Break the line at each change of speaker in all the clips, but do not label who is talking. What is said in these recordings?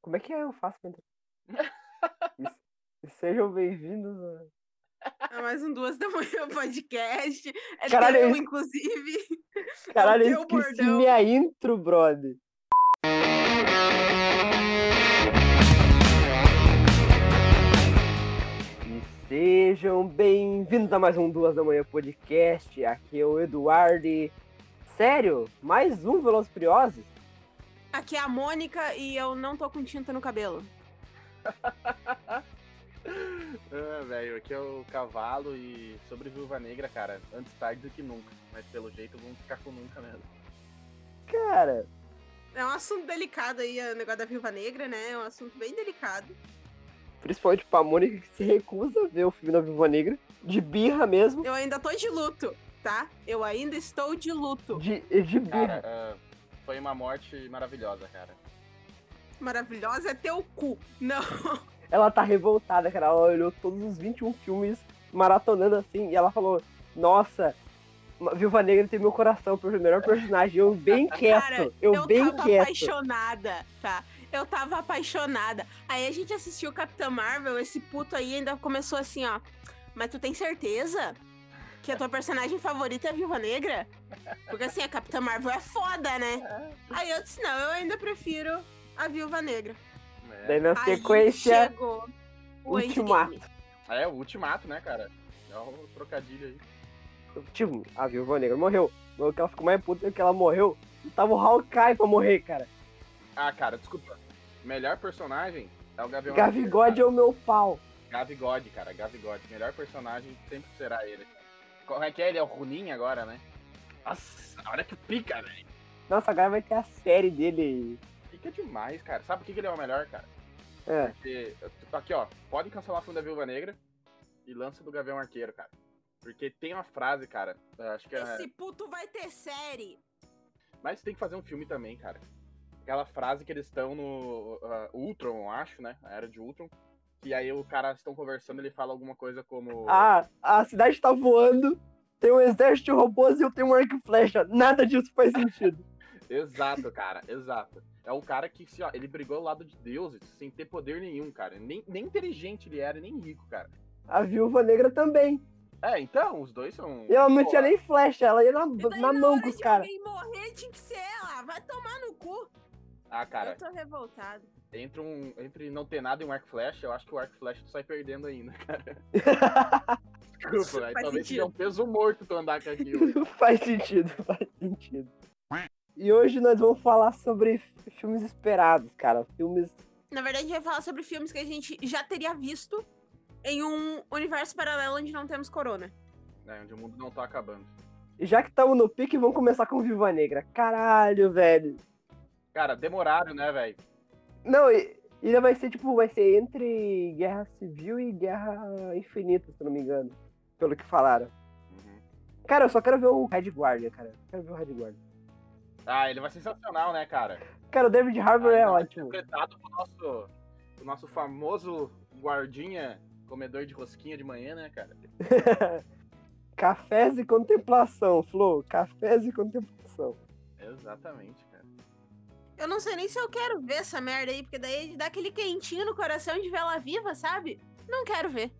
Como é que eu faço pra entrar? E- e Sejam bem-vindos né? a...
É mais um duas da manhã podcast. É
Caralho,
teu,
eu-
inclusive.
Caralho, eu
teu
esqueci
bordão.
minha intro, brother. E sejam bem-vindos a mais um Duas da Manhã Podcast. Aqui é o Eduardo. e- Sério? Mais um Velozes e Furiosos?
Aqui é a Mônica e eu não tô com tinta no cabelo.
Ah, velho, aqui é o cavalo e sobre Viúva Negra, cara, antes tarde do que nunca. Mas pelo jeito vamos ficar com nunca mesmo.
Cara,
É um assunto delicado aí, o negócio da viúva negra, né? É um assunto bem delicado.
principalmente pra Mônica que se recusa a ver o filme da Viúva Negra. De birra mesmo.
Eu ainda tô de luto, tá? Eu ainda estou de luto.
De, de birra.
Cara, ah, foi uma morte maravilhosa, cara.
Maravilhosa é teu cu. Não.
ela tá revoltada, cara. Ela olhou todos os 21 filmes maratonando assim e ela falou: Nossa, Viúva Negra tem meu coração, o melhor personagem. Eu bem quieto,
Cara,
eu, bem
tava
quieto.
apaixonada, tá? Eu tava apaixonada. Aí a gente assistiu Capitã Marvel, esse puto aí ainda começou assim, ó. Mas tu tem certeza que a tua personagem favorita é a Viúva Negra? Porque assim, a Capitã Marvel é foda, né? Aí eu disse, não, eu ainda prefiro a Viúva Negra.
Daí
É,
na
Aí
sequência,
chegou o
Ultimato.
Endgame.
é o ultimato, né, cara? É um trocadilho aí.
tipo, a Viúva Negra morreu. O que ela ficou mais puta é que ela morreu. Tava o Hawkeye pra morrer, cara.
Ah, cara, desculpa. Melhor personagem é o Gavião.
Gavigode é o meu pau.
é... Gavigode, cara, Gavigode. Melhor personagem sempre será ele. Como é que é? Ele é o Runin agora, né? Nossa, olha que pica, velho.
Nossa, agora vai ter a série dele.
Pica demais, cara. Sabe por que que ele é o melhor, cara?
É,
Porque, tipo, aqui, ó, pode cancelar o filme da Viúva Negra e lança do Gavião Arqueiro, cara. Porque tem uma frase, cara, eu acho que é...
Esse puto vai ter série.
Mas tem que fazer um filme também, cara. Aquela frase que eles estão no ah, Ultron, eu acho, né? A era de Ultron. E aí o cara estão conversando, ele fala alguma coisa como...
a, a cidade tá voando, tem um exército de robôs e eu tenho um arco e flecha. Nada disso faz sentido.
Exato, cara, exato. É o cara que, se, ó, ele brigou ao lado de deuses sem ter poder nenhum, cara. Nem, nem inteligente ele era, nem rico, cara.
A viúva negra também.
É, então, os dois são...
E ela não
Pô,
tinha nem flecha, ela ia na,
E daí
na
na
mão
hora
com os
de
caras.
alguém morrer tinha que ser ela. Vai tomar no cu.
Ah, cara,
Eu tô revoltada.
entre, um, entre não ter nada e um arco e flecha, eu acho que o arco e flecha tu sai perdendo ainda, cara. Desculpa, velho.
Faz
Talvez
sentido.
seja um peso morto tu andar com aquilo.
faz sentido, faz sentido. E hoje nós vamos falar sobre f- filmes esperados, cara. Filmes.
Na verdade, a gente vai falar sobre filmes que a gente já teria visto em um universo paralelo onde não temos corona.
né, onde o mundo não tá acabando.
E Já que estamos no pique, vamos começar com Viúva Negra. Caralho, velho.
Cara, demoraram, né, velho?
Não, e, e ainda vai ser tipo, vai ser entre Guerra Civil e Guerra Infinita, se eu não me engano. Pelo que falaram. Cara, eu só quero ver o Red Guardian, cara. Quero ver o Red Guardian.
Ah, ele vai ser sensacional, né, cara?
Cara, o David Harbour
Ah,
é
não,
ótimo.
Interpretado pelo nosso, o nosso famoso guardinha, comedor de rosquinha de manhã, né, cara?
Cafés e contemplação, Flo. Cafés e contemplação.
Exatamente, cara.
Eu não sei nem se eu quero ver essa merda aí, porque daí dá aquele quentinho no coração de ver ela viva, sabe? Não quero ver.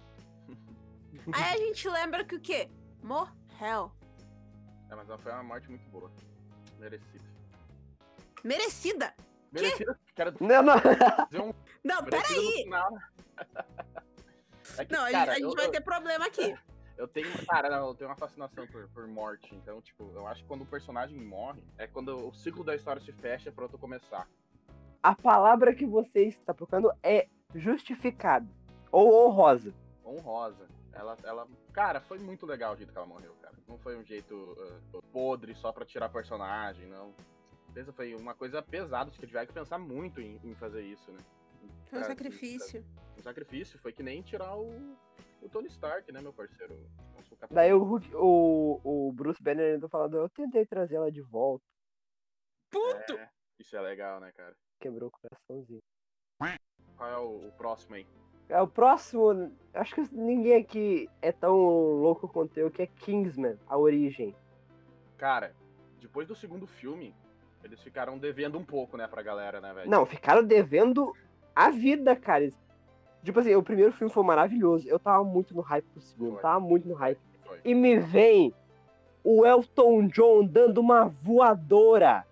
aí a gente lembra que o quê? Morreu.
É, mas ela foi uma morte muito boa. Merecida.
Merecida.
Merecida, quero
Não, não.
dizer um
Não, pera.
merecido no final. É que,
Não, a gente-
cara,
a gente
eu-
vai
eu-
ter problema aqui.
Eu tenho, cara, não, eu tenho uma fascinação por, por morte. Então, tipo, eu acho que quando o personagem morre, é quando o ciclo da história se fecha pra outro começar.
A palavra que você está procurando é justificado ou honrosa.
Honrosa. Ela, ela. Cara, foi muito legal o jeito que ela morreu, cara. Não foi um jeito ah, podre só pra tirar personagem, não. Pensa, foi uma coisa pesada, acho que tiver que pensar muito em, em fazer isso, né?
Foi um
Pra-
sacrifício.
pra- Um sacrifício, foi que nem tirar o, o Tony Stark, né, meu parceiro? Nosso capitão.
Daí o, Hulk- o, o Bruce Banner ainda falando, eu tentei trazer ela de volta.
Puto!
É, isso é legal, né, cara?
Quebrou o coraçãozinho.
Qual é o, o próximo aí?
É, o próximo, acho que ninguém aqui é tão louco quanto eu, que é Kingsman, a origem.
Cara, depois do segundo filme, eles ficaram devendo um pouco, né, pra galera, né, velho?
Não, ficaram devendo a vida, cara. Tipo assim, o primeiro filme foi maravilhoso. Eu tava muito no hype pro segundo,
Foi.
tava muito no hype.
Tipo, Foi.
E me vem o Elton John dando uma voadora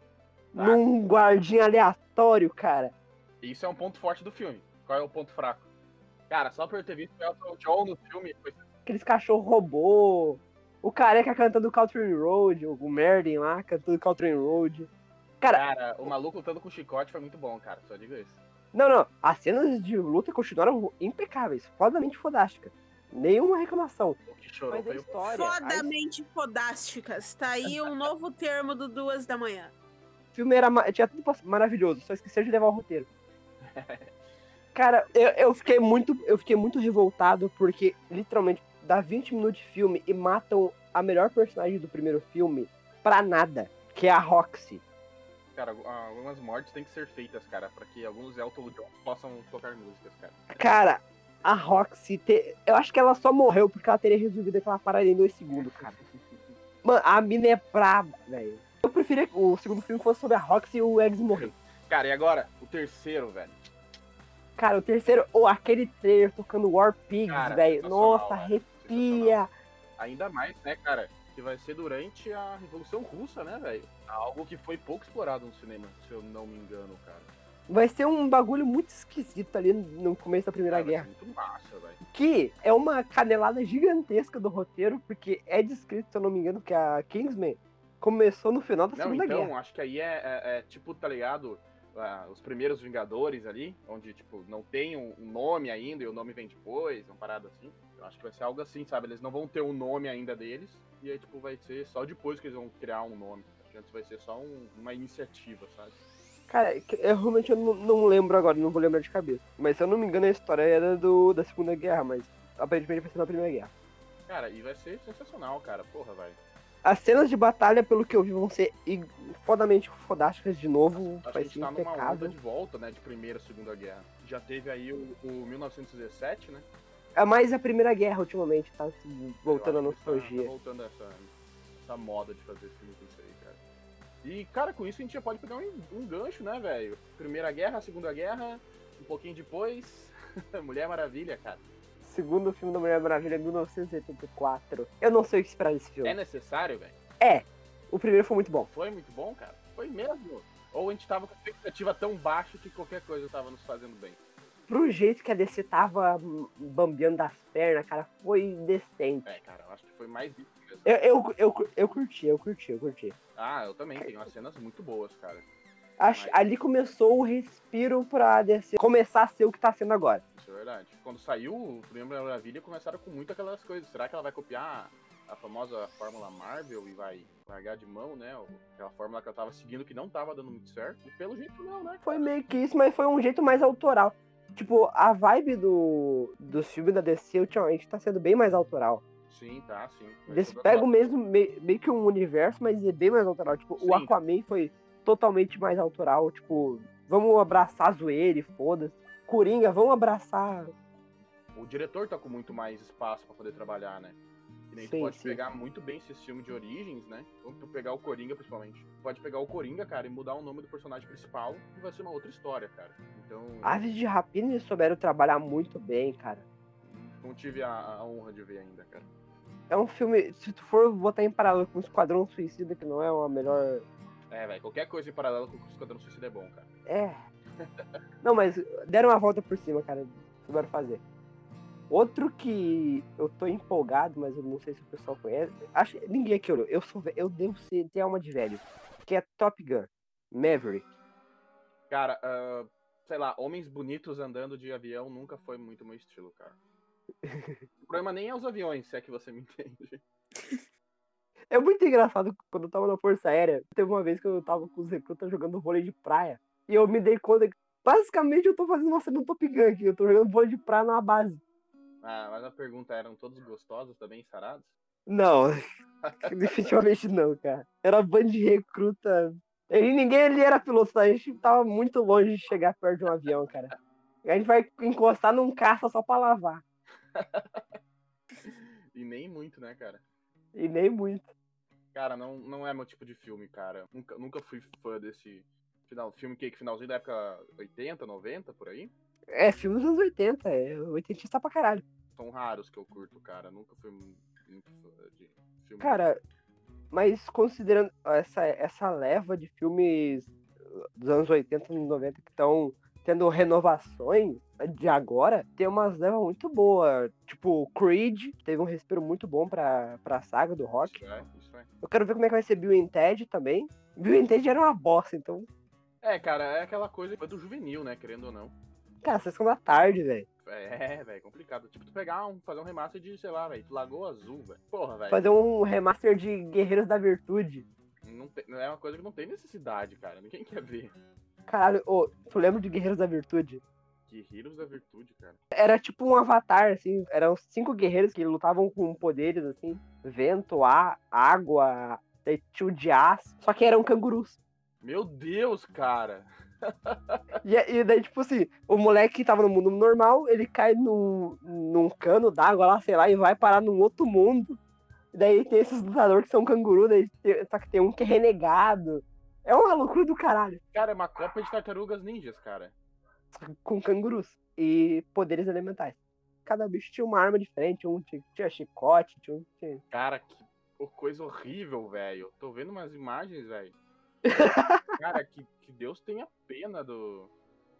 num guardinha aleatório, cara.
Isso é um ponto forte do filme. Qual é o ponto fraco? Cara, só por eu ter visto o Elton John no filme, foi
Aqueles cachorro robô. O careca cantando Country Road, o Merlin lá cantando Country Road.
Cara, o maluco lutando com o chicote foi muito bom, cara. Só digo isso.
Não, não. As cenas de luta continuaram impecáveis, fodamente fodásticas. Nenhuma reclamação.
O que chorou
Mas a
foi o.
história. a-
Fodamente fodásticas. Tá aí um novo termo do duas da manhã.
O filme era, ma- tinha tudo pra ser maravilhoso, só esqueceram de levar o roteiro. Cara, eu, eu fiquei muito, eu fiquei muito revoltado porque literalmente dá 20 minutos de filme e matam a melhor personagem do primeiro filme pra nada, que é a Roxy.
Cara, algu- algumas mortes têm que ser feitas, cara, pra que alguns Elton John possam tocar músicas, cara.
Cara, a Roxy, te- eu acho que ela só morreu porque ela teria resolvido aquela parada em dois segundos, cara. Mano, a mina é braba, velho. Eu preferia que o segundo filme fosse sobre a Roxy e o Eggs morrer.
Cara, e agora? O terceiro, velho.
Cara, o terceiro, ou aquele trailer tocando War Pigs,
Cara,
velho.
sensacional,
Nossa,
velho.
arrepia.
Ainda mais, né, cara? Que vai ser durante a Revolução Russa, né, velho? Algo que foi pouco explorado no cinema, se eu não me engano, cara.
Vai ser um bagulho muito esquisito ali no começo da Primeira
Cara, vai ser
Guerra.
Muito massa, velho.
Que é uma canelada gigantesca do roteiro, porque é descrito, se eu não me engano, que a Kingsman começou no final da
Não,
Segunda
então,
Guerra.
acho que aí é, é- é tipo, tá ligado? Ah, os primeiros Vingadores ali, onde, tipo, não tem um um nome ainda e o nome vem depois, uma parada assim. Eu acho que vai ser algo assim, sabe? Eles não vão ter um nome ainda deles, e aí, tipo, vai ser só depois que eles vão criar um nome. Acho que Antes vai ser só um- uma iniciativa, sabe?
Cara, que- eu realmente eu não, não lembro agora, não vou lembrar de cabeça. Mas se eu não me engano, a história era do, da Segunda Guerra, mas aparentemente vai ser na Primeira Guerra.
Cara, e vai ser sensacional, cara. Porra, vai.
As cenas de batalha, pelo que eu vi, vão ser i- fodamente fodásticas de novo.
Acho que a
Vai ser
gente tá numa onda
impecável.
de volta, né? De Primeira e Segunda Guerra. Já teve aí o, o 1917, né?
É mais a Primeira Guerra ultimamente, tá se voltando à
Eu acho que tá- Tá
nostalgia.
voltando essa, essa moda de fazer filme com isso aí, cara. E, cara, com isso a gente já pode pegar um, um gancho, né, velho? Primeira Guerra, Segunda Guerra, um pouquinho depois. Mulher Maravilha, cara.
Segundo filme da Mulher Maravilha, é 1984. Eu não sei o que esperar desse filme.
É necessário, velho?
O primeiro foi muito bom.
Foi muito bom, cara. Foi mesmo. Ou a gente tava com a expectativa tão baixa que qualquer coisa tava nos fazendo bem.
Pro jeito que a DC tava hum, bambeando das pernas, cara, foi decente.
É, cara, eu acho que foi mais isso mesmo.
Eu, eu, eu, cu- eu curti, eu curti, eu curti.
Ah, eu também tenho umas cenas muito boas, cara.
Acho-
Mas-
ali começou o respiro pra DC começar a ser o que tá sendo agora.
Isso é verdade. Quando saiu o primeiro Mulher Maravilha, começaram com muito aquelas coisas. Será que ela vai copiar a famosa fórmula Marvel e vai largar de mão, né? o- Aquela fórmula que ela tava seguindo que não tava dando muito certo. E pelo jeito não, né?
Foi meio que isso, mas foi um jeito mais autoral. Tipo, a vibe do, dos filmes da DC ultimamente tá sendo bem mais autoral.
Sim, tá, sim. Mas
Eles
todas
pegam
as-
mesmo me- meio que um universo, mas é bem mais autoral. Tipo,
Sim.
o Aquaman foi totalmente mais autoral. Tipo, vamos abraçar a zoeira e foda-se. Coringa, vamos abraçar.
O diretor tá com muito mais espaço pra poder trabalhar, né? E nem tu
Sim,
pode
sim.
pegar muito bem esse filme de origens, né? Ou tu pegar o Coringa, principalmente. Tu Pode pegar o Coringa, cara, e mudar o nome do personagem principal e vai ser uma outra história, cara. Então,
Aves de Rapina eles souberam trabalhar muito bem, cara.
não tive a, a honra de ver ainda, cara.
É um filme, se tu for botar em paralelo com Esquadrão Suicida, que não é uma melhor.
É, velho, qualquer coisa em paralelo com o Esquadrão Suicida é bom, cara.
É. Não, mas deram uma volta por cima, cara. Souberam fazer. Outro que eu tô empolgado, mas eu não sei se o pessoal conhece. Acho que ninguém aqui olhou. Eu sou ve- eu devo ser, ter alma de velho. Que é Top Gun, Maverick.
Cara, ah, sei lá, homens bonitos andando de avião nunca foi muito meu estilo, cara. o problema nem é os aviões, se é que você me entende.
É muito engraçado quando eu tava na Força Aérea. Teve uma vez que eu tava com os recrutas jogando vôlei de praia. E eu me dei conta que basicamente eu tô fazendo uma cena do Top Gun aqui. Eu tô jogando vôlei de praia na base.
Ah, mas a pergunta, eram todos gostosos também, sarados?
Não, definitivamente não, cara. Era bando de recruta. E ninguém ali era piloto, tá? a gente tava muito longe de chegar perto de um avião, cara. E a gente vai encostar num caça só pra lavar.
E nem muito, né, cara?
E nem muito.
Cara, não, não é meu tipo de filme, cara. Nunca, nunca fui fã desse final, filme que que finalzinho da época 80, 90, por aí.
É, filme dos anos 80, é oitentista pra caralho.
São raros que eu curto, cara. Nunca fui mu- muito fã de filme.
Cara, mas considerando essa, essa leva de filmes dos anos 80 e 90 que estão tendo renovações eh, de agora, tem umas levas muito boas. Tipo, Creed teve um respiro muito bom pra, pra saga do rock.
Isso é, isso é.
Eu quero ver como é que vai ser Bill and Ted também. Bill and Ted era uma bosta, então...
É, cara, é aquela coisa do juvenil, né? Querendo ou não.
Cara, sessão da tarde, velho.
É, velho, complicado. Tipo, tu pegar um, fazer um remaster de, sei lá, velho, Lagoa Azul, velho. Porra, velho.
Fazer um remaster de Guerreiros da Virtude.
Não tem- não é uma coisa que não tem necessidade, cara. Ninguém quer ver.
Caralho, ô, tu lembra de Guerreiros da Virtude?
Guerreiros da Virtude, cara.
Era tipo um avatar, assim. Eram cinco guerreiros que lutavam com poderes, assim. Vento, a, água, daí tinha o de aço. Só que eram cangurus.
Meu Deus, cara.
E, e daí, tipo assim, o moleque que tava no mundo normal, ele cai num, num cano d'água lá, sei lá, e vai parar num outro mundo. E daí tem esses lutadores que são canguru, daí tem- só que tem um que é renegado. É uma loucura do caralho.
Cara, é uma copa de tartarugas ninjas, cara.
com cangurus e poderes elementais. Cada bicho tinha uma arma diferente, um tinha, tinha chicote, tinha um. Tinha...
Cara, que pô, coisa horrível, velho. Tô vendo umas imagens, velho. cara, que, que Deus tenha pena do.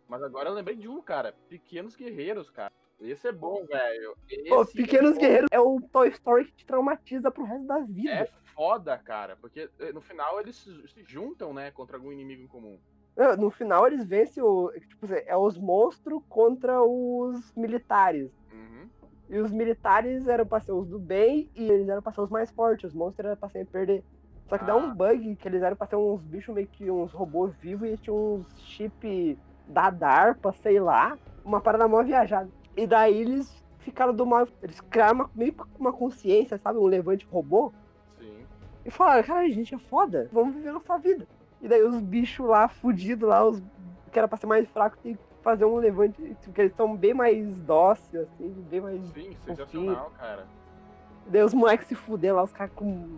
Mas agora eu lembrei de um, cara. Pequenos Guerreiros, cara. Esse é bom, velho.
Pô,
Esse
Pequenos
é bom.
Guerreiros é o Toy Story que te traumatiza pro resto da vida.
É foda, cara. Porque eh, no final eles se se juntam, né? Contra algum inimigo em comum.
Não, É, No final eles vencem o. Tipo, assim, é os monstros contra os militares.
Uhum.
E os militares eram pra ser os do bem e eles eram pra ser os mais fortes. Os monstros eram pra sempre perder. Só que dá um
Ah.
bug que eles eram pra ser uns bichos meio que uns robôs vivos e tinha uns chip da DARPA, sei lá. Uma parada mó viajada. E daí eles ficaram do mal. Eles criaram uma, meio que uma consciência, sabe? Um levante robô.
Sim.
E falaram, cara, a gente é foda. Vamos viver nossa vida. E daí os bichos lá, fudidos lá, os que era pra ser mais fracos, tem que fazer um levante. Porque eles são bem mais dóceis, assim, bem mais
Sim, sensacional, cara.
Daí os moleques se fuder lá, os caras com...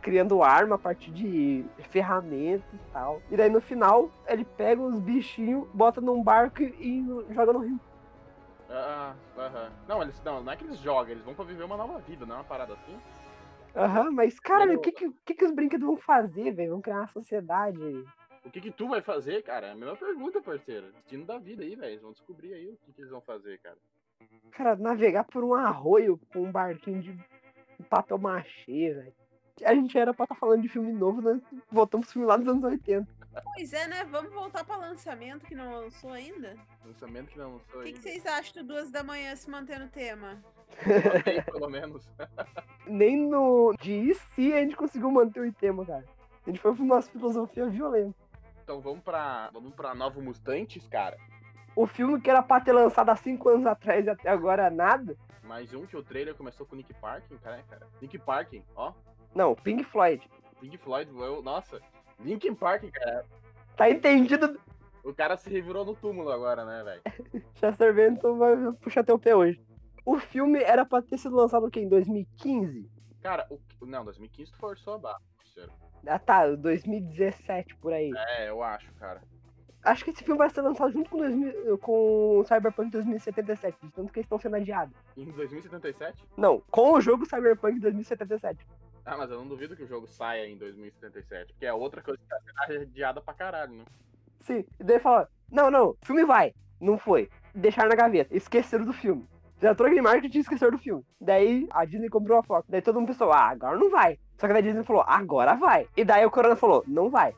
criando arma a partir de ferramentas e tal. E daí no final, ele pega os bichinhos, bota num barco e e joga no rio.
Ah, aham. Não, eles, não, não é que eles jogam, eles vão pra viver uma nova vida, não é uma parada assim?
Aham, mas caralho,
Eu-
o que que, o que que os brinquedos vão fazer, velho? Vão criar uma sociedade.
O que que tu vai fazer, cara? É a mesma pergunta, parceiro. Destino da vida aí, velho. Eles vão descobrir aí o que, que eles vão fazer, cara.
Cara, navegar por um arroio com um barquinho de papel machê, velho. A gente era pra estar falando de filme novo, nós voltamos pro filme lá dos anos 80.
Pois é, né? Vamos voltar pra lançamento que não lançou ainda.
Pensamento que não sou
O que, que
ainda.
vocês acham do duas da manhã se mantendo o tema?
Ok, pelo menos.
Nem no de si a gente conseguiu manter o tema, cara. A gente foi pra uma filosofia violenta.
Então vamos pra. Vamos pra Novo Mustantes, cara.
O filme que era pra ter lançado há 5 anos atrás e até agora nada.
Mais um que o trailer começou com Nick Parkin, cara, cara. Nick Parkin, ó.
Não, Pink Floyd.
Pink Floyd, eu- nossa. Linkin Parkin, cara.
Tá entendido?
O cara se revirou no túmulo agora, né, velho?
Chester Bennington vai puxar teu pé hoje. O filme era pra ter sido lançado o quê? Em 2015?
Cara, o. Não, 2015 tu forçou a barra, parceiro.
Ah tá, 2017 por aí.
É, eu acho, cara.
Acho que esse filme vai ser lançado junto com, 2000, com Cyberpunk 2077, de tanto que eles estão sendo adiados.
Em 2077?
Não, com o jogo Cyberpunk 2077.
Ah, mas eu não duvido que o jogo saia em 2077, porque é outra coisa que tá sendo adiada pra caralho, né?
Sim. E daí fala, não, não, o filme vai. Não foi. Deixaram na gaveta. Esqueceram do filme. Já entrou em marketing e esqueceram do filme. Daí a Disney comprou a Fox. Daí todo mundo pensou, ah, agora não vai. Só que daí a Disney falou, agora vai. E daí o Corona falou, não vai.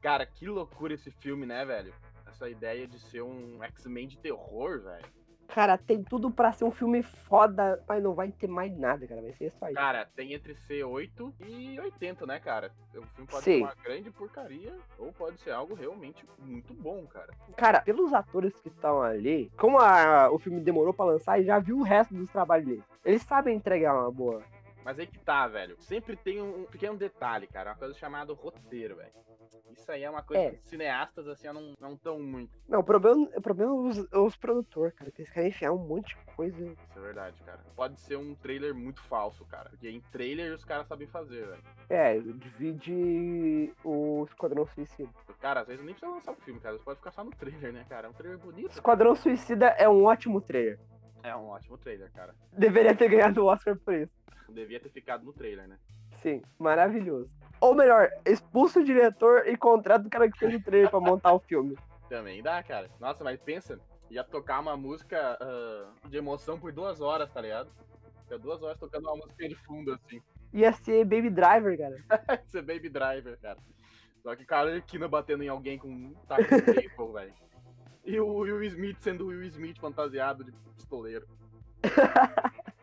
Cara, que loucura esse filme, né, velho? Essa ideia de ser um X-Men de terror, velho.
Cara, tem tudo pra ser um filme foda, mas não vai ter mais nada, cara. Vai ser só isso.
Cara, tem entre ser 8 e 80, né, cara? O filme pode
Sim.
ser uma grande porcaria ou pode ser algo realmente muito bom, cara.
Cara, pelos atores que estão ali, como a- o filme demorou pra lançar, e já viu o resto dos trabalhos deles. Eles sabem entregar uma boa.
é Mas aí que tá, velho. Sempre tem um um pequeno detalhe, cara. Uma coisa chamada roteiro, velho. Isso aí é uma coisa
É.
que cineastas, assim, não, não tão muito.
Não, o problema, o problema é os, é os produtores, cara, que eles querem enfiar um monte de coisa.
Isso é verdade, cara. Pode ser um trailer muito falso, cara. Porque em trailer os caras sabem fazer, velho.
É, divide o Esquadrão Suicida.
Cara, às vezes nem precisa lançar o filme, cara. Você pode ficar só no trailer, né, cara? É um trailer bonito.
Esquadrão Suicida é um ótimo trailer.
É um ótimo trailer, cara.
Deveria ter ganhado o Oscar por isso.
Devia ter ficado no trailer, né?
Sim, maravilhoso. Ou melhor, expulsa o diretor e contrata o cara que fez o trailer pra montar o filme.
Também dá, cara. Nossa, mas pensa, ia tocar uma música ah, de emoção por duas horas, tá ligado? Fica duas horas tocando uma música de fundo, assim.
Ia ser é Baby Driver, cara.
Isso é Baby Driver, cara. Só que, cara, ele quina batendo em alguém com um taco de beisebol, velho. E o Will Smith sendo o Will Smith fantasiado de pistoleiro.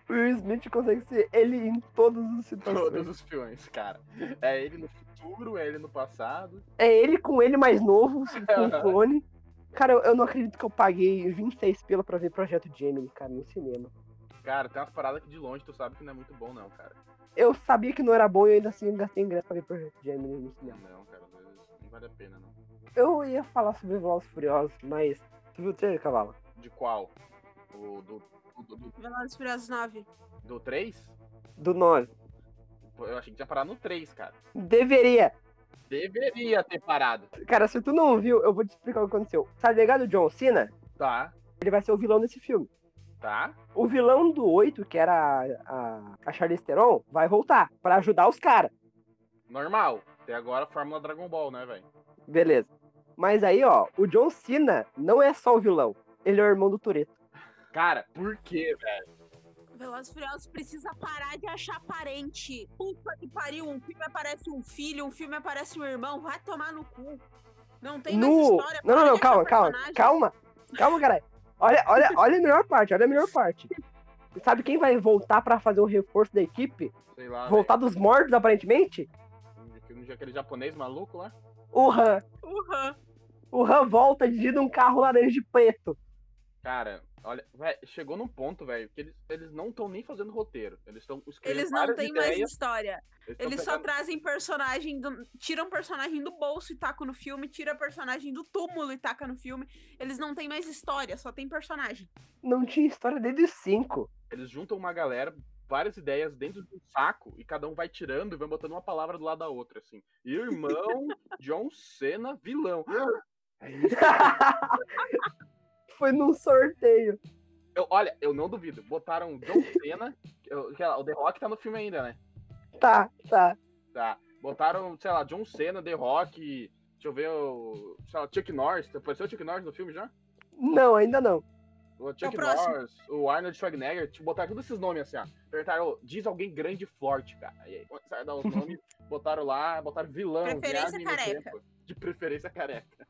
O Will Smith consegue ser ele em todas as situações.
Todos os filmes, cara. É ele no futuro, é ele no passado.
É ele com ele mais novo, com um clone. Cara, eu, eu não acredito que eu paguei 26 pila pra ver Projeto Gemini, cara, no cinema.
Cara, tem umas paradas que de longe tu sabe que não é muito bom, não, cara.
Eu sabia que não era bom e ainda assim gastei ingresso pra ver Projeto Gemini no
Não,
cinema.
não, cara. Às vezes não vale a pena, não.
Eu ia falar sobre Velozes e Furiosos, mas... Tu viu o trailer, Cavalo?
De qual? O do, do, do,
Velozes e Furiosos 9.
do 3?
Do 9.
Eu achei que tinha parado no 3, cara.
Deveria.
Deveria ter parado.
Cara, se tu não viu, eu vou te explicar o que aconteceu. Tá ligado o John Cena?
Tá,
Ele vai ser o vilão desse filme.
tá.
O vilão do 8, que era a, a, a Charlize Theron, vai voltar pra ajudar os caras.
Normal. Até agora, Fórmula Dragon Ball, né, velho?
Beleza. Mas aí, ó, o John Cena não é só o vilão. Ele é o irmão do Toreto.
Cara, por quê, velho?
Velozes e Furiosos precisa parar de achar parente. Puta que pariu, um filme aparece um filho, um filme aparece um irmão, vai tomar no cu. Não tem mais
No...
história.
Não, não,
para
não,
de achar
calma, calma,
personagem.
calma. Calma, caralho. Olha, olha, olha a melhor parte, olha a melhor parte. Sabe quem vai voltar pra fazer o reforço da equipe?
Sei lá.
Voltar dos mortos, aparentemente?
velho. Aquele- Aquele é japonês maluco lá.
O Han.
Uhum.
O Han volta dirigindo um carro laranja e preto.
Cara, olha, véi, chegou num ponto, velho, que eles, eles não estão nem fazendo roteiro. Eles estão escrevendo
Eles não
várias
têm mais
ideias,
história.
eles tão
Eles só
pegando-
trazem personagem. Do... Tiram personagem do bolso e taca no filme. Tira personagem do túmulo e taca no filme. Eles não têm mais história, só tem personagem.
Não tinha história desde os 5.
Eles juntam uma galera, várias ideias dentro de um saco, e cada um vai tirando e vai botando uma palavra do lado da outra, assim. Irmão, John Cena, vilão.
Foi num sorteio.
Eu- olha, eu não duvido. Botaram o John Cena, que- que lá, o The Rock tá no filme ainda, né?
Tá, tá.
Tá. Botaram, sei lá, John Cena, The Rock, deixa eu ver o. Sei lá, Chuck Norris. Apareceu o Chuck Norris no filme já?
Não, ainda não.
O Chuck
Então, próximo.
Norris, o Arnold Schwarzenegger, te botaram todos esses nomes assim, ó. Perguntaram, ô, diz alguém grande e forte, cara. Aí, aí, começaram a dar os nomes, botaram lá, botaram vilão.
Preferência
viagem no
careca.
tempo. De preferência careca.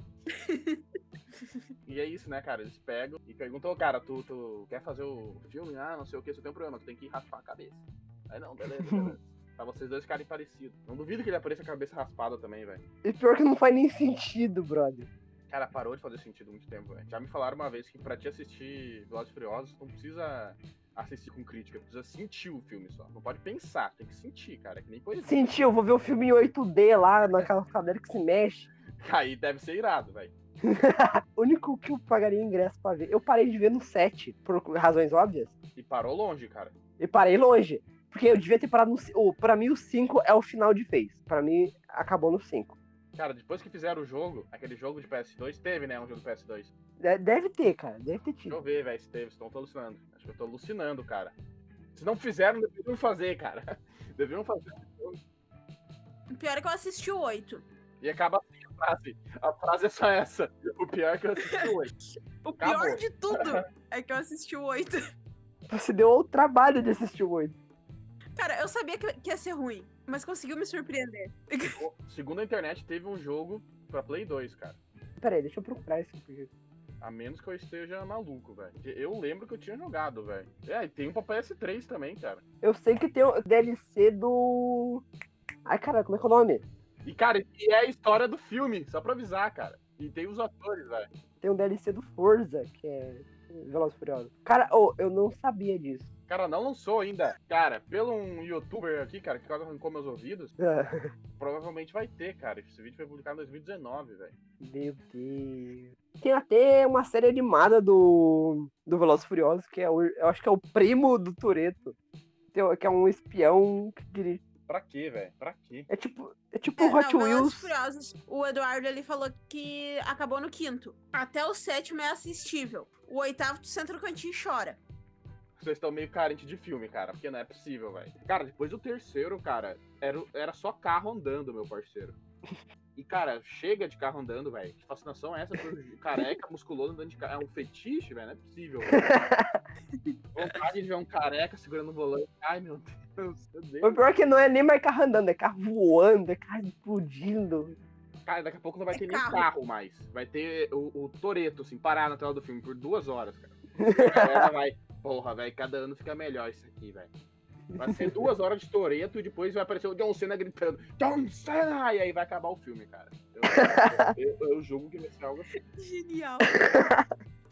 e é isso, né, cara? Eles pegam e perguntam, ô, cara, tu, tu quer fazer o filme? Ah, não sei o que, você tem um problema, tu tem que raspar a cabeça. Aí, não, beleza, beleza. Pra vocês dois ficarem parecidos. Não duvido que ele apareça com a cabeça raspada também, velho.
E pior que não faz nem sentido, brother.
Cara, parou de fazer sentido há muito tempo, velho. Já me falaram uma vez que pra te assistir Velozes e Furiosos, tu não precisa assistir com crítica, precisa sentir o filme só. Não pode pensar, tem que sentir, cara. É que nem poesia.
Sentiu, eu vou ver o filme em 8D lá, naquela cadeira que se mexe.
Aí deve ser irado, velho.
O único que eu pagaria ingresso pra ver. Eu parei de ver no 7, por razões óbvias.
E parou longe, cara.
E parei longe. Porque eu devia ter parado no. ci- Oh, pra mim, o 5 é o final de vez. Pra mim, acabou no 5.
Cara, depois que fizeram o jogo, aquele jogo de PS2, teve, né? Um jogo de PS2.
De- Deve ter, cara. Deve ter
Deixa
tido.
eu ver, velho, se teve, senão eu tô alucinando. Acho que eu tô alucinando, cara. Se não fizeram, deveriam fazer, cara. Deveriam fazer.
O pior é que eu assisti o 8.
E acaba assim a frase. A frase é só essa. O pior é que eu assisti hoje.
O pior
Acabou.
de tudo é que eu assisti o 8.
Você deu o trabalho de assistir o 8.
Cara, eu sabia que, que ia ser ruim, mas conseguiu me surpreender.
Bom, Segundo a internet, teve um jogo pra Play 2, cara.
Pera aí, deixa eu procurar isso. porque-
A menos que eu esteja maluco, velho. Porque Eu lembro que eu tinha jogado, velho. É, e tem um pra PS3 também, cara.
Eu sei que tem o DLC do. Ai, cara, como é que é o nome?
E, cara, e é a história do filme, só pra avisar, cara. E tem os atores, velho.
Tem um DLC do Forza, que é Velozes e Furiosos. Cara, ô, eu não sabia disso.
Cara, não lançou ainda. Cara, pelo um youtuber aqui, cara, que quase arrancou meus ouvidos,
Ah,
provavelmente vai ter, cara. Esse vídeo foi publicado em 2019, velho.
Meu Deus. Tem até uma série animada do, do Velozes e Furiosos, que é o, eu acho que é o primo do Toreto. Que é um espião que dirige.
Pra quê, velho? Pra quê?
É tipo, é tipo
É,
o Hot
não, Velozes e
Wheels.
Furiosos, o Eduardo ele falou que acabou no quinto. Até o sétimo é assistível. O oitavo, tu senta no cantinho e chora.
Vocês estão meio carentes de filme, cara, porque não é possível, velho. Cara, depois do terceiro, cara, era, era só carro andando, meu parceiro. E, cara, chega de carro andando, velho. Que fascinação é essa por careca musculoso andando de carro? É um fetiche, velho? Não é possível, velho. Vontade de ver um careca segurando o volante. Ai, meu Deus, meu
O
Deus.
pior é que não é nem mais carro andando, é carro voando, é carro explodindo.
Cara, daqui a pouco não vai
É
ter nem
carro.
carro mais. Vai ter o, o Toreto, assim, parar na tela do filme por duas horas, cara. A galera vai, porra, velho, cada ano fica melhor isso aqui, velho. Vai ser duas horas de Toreto e depois vai aparecer o John Cena gritando, John Cena! E aí vai acabar o filme, cara. Então, Eu, eu, eu julgo que vai ser algo assim.
Genial.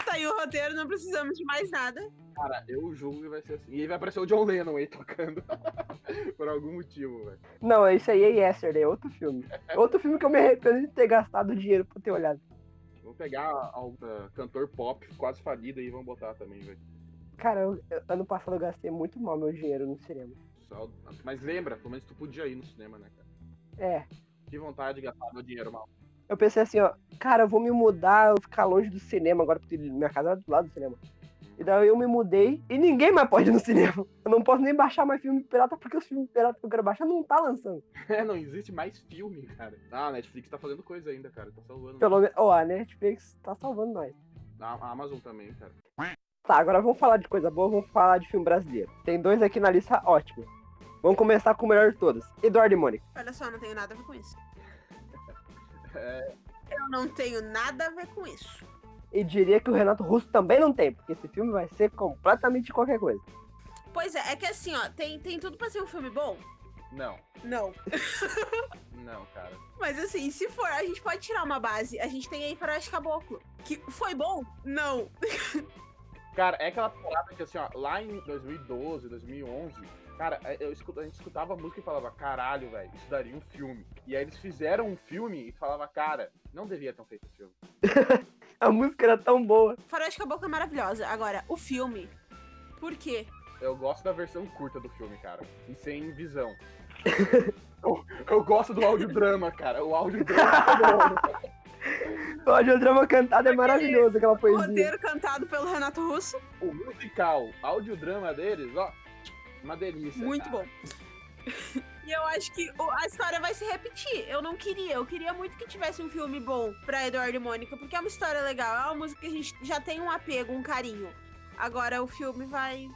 Saiu o roteiro, não precisamos de mais nada.
Cara, eu julgo que vai ser assim. E aí vai aparecer o John Lennon aí tocando. por algum motivo, velho.
Não, isso aí é Yesterday, é outro filme. Outro filme que eu me arrependo de ter gastado dinheiro pra ter olhado.
Vamos pegar algum ah, cantor pop quase falido aí e vamos botar também, velho.
Cara, eu- eu- ano passado eu gastei muito mal meu dinheiro no cinema.
Só- Mas lembra, pelo menos tu podia ir no cinema, né, cara?
É,
Que vontade de gastar meu dinheiro mal.
eu pensei assim, ó, cara, eu vou me mudar, eu vou ficar longe do cinema agora, porque minha casa era do lado do cinema. E daí eu me mudei e ninguém mais pode ir no cinema. Eu não posso nem baixar mais filme pirata, porque os filmes pirata que eu quero baixar não tá lançando.
É, não existe mais filme, cara. Ah, a Netflix tá fazendo coisa ainda, cara. Tá salvando.
Pelo menos, ó, a Netflix tá salvando nós.
A a Amazon também, cara.
Tá, agora vamos falar de coisa boa, vamos falar de filme brasileiro. Tem dois aqui na lista, ótimo. Vamos começar com o melhor de todos. Eduardo e Mônica.
Olha só, não tenho nada a ver com isso.
É.
Eu não tenho nada a ver com isso.
E diria que o Renato Russo também não tem, porque esse filme vai ser completamente qualquer coisa.
Pois é, é que assim, ó, tem, tem tudo pra ser um filme bom?
Não,
Não.
não, cara.
Mas assim, se for, a gente pode tirar uma base. A gente tem aí Faroeste Caboclo. Que foi bom? Não.
Cara, é aquela parada que assim, ó, lá em 2012, 2011, cara, é, eu escuta- a gente escutava a música e falava, caralho, velho, isso daria um filme. E aí eles fizeram um filme e falava, cara, não devia ter feito esse filme.
A música era tão boa.
Faroeste Caboclo é maravilhosa. Agora, o filme. Por quê?
Eu gosto da versão curta do filme, cara. E sem visão. eu, eu gosto do audiodrama, cara. O audiodrama.
O audiodrama cantado é maravilhoso, aquela poesia.
Roteiro cantado pelo Renato Russo.
o musical, audiodrama deles, ó, uma delícia.
Muito
cara.
bom. E eu acho que o- a história vai se repetir. Eu não queria. Eu queria muito que tivesse um filme bom pra Eduardo e Mônica, porque é uma história legal. É uma música que a gente já tem um apego, um carinho. Agora o filme vai.